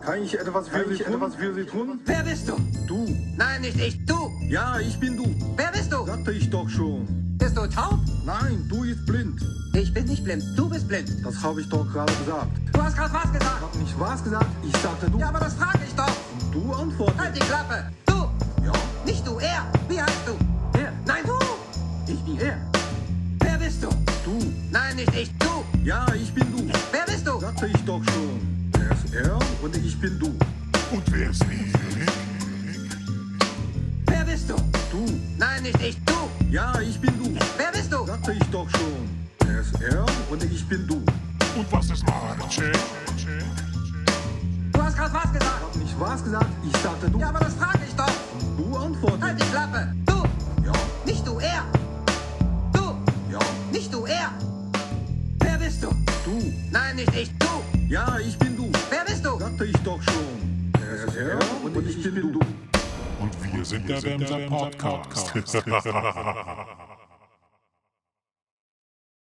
Kann ich etwas für, Sie, tun? etwas für Sie tun? Wer bist du? Du. Nein, nicht ich. Du. Ja, ich bin du. Wer bist du? Sagte ich doch schon. Bist du taub? Nein, du ist blind. Ich bin nicht blind. Du bist blind. Das habe ich doch gerade gesagt. Du hast gerade was Ich gesagt. habe nicht was gesagt. Ich sagte du. Ja, aber das frage ich doch. Du antwortest. Halt die Klappe. Du. Ja, Nicht du. Er. Wie heißt du? Er. Nein, du. Ich bin er. Wer bist du? du. Nein, nicht ich. Du. Ja, ich bin du. Wer bist du? Sagte ich doch schon. Er ist er und ich bin du. Und wer ist ich? Wer bist du? Du. Nein, nicht ich. Du. Ja, ich bin du. Wer bist du? Sagte ich doch schon. Er ist er und ich bin du. Und was ist Marche? Du hast gerade was Ich gesagt. habe nicht was gesagt. Ich sagte du. Ja, aber das frage ich doch. Du Halt antwortest. die Klappe. Du. Ja, Nicht du. Er. Du. ja. Nicht du. Er. Wer bist du? Du. Nein, nicht ich. Du. Ja, ich bin du. Wer bist du? Sagte ich doch schon. Er ist er und ich bin du. Und wir sind der Bremser Podcast.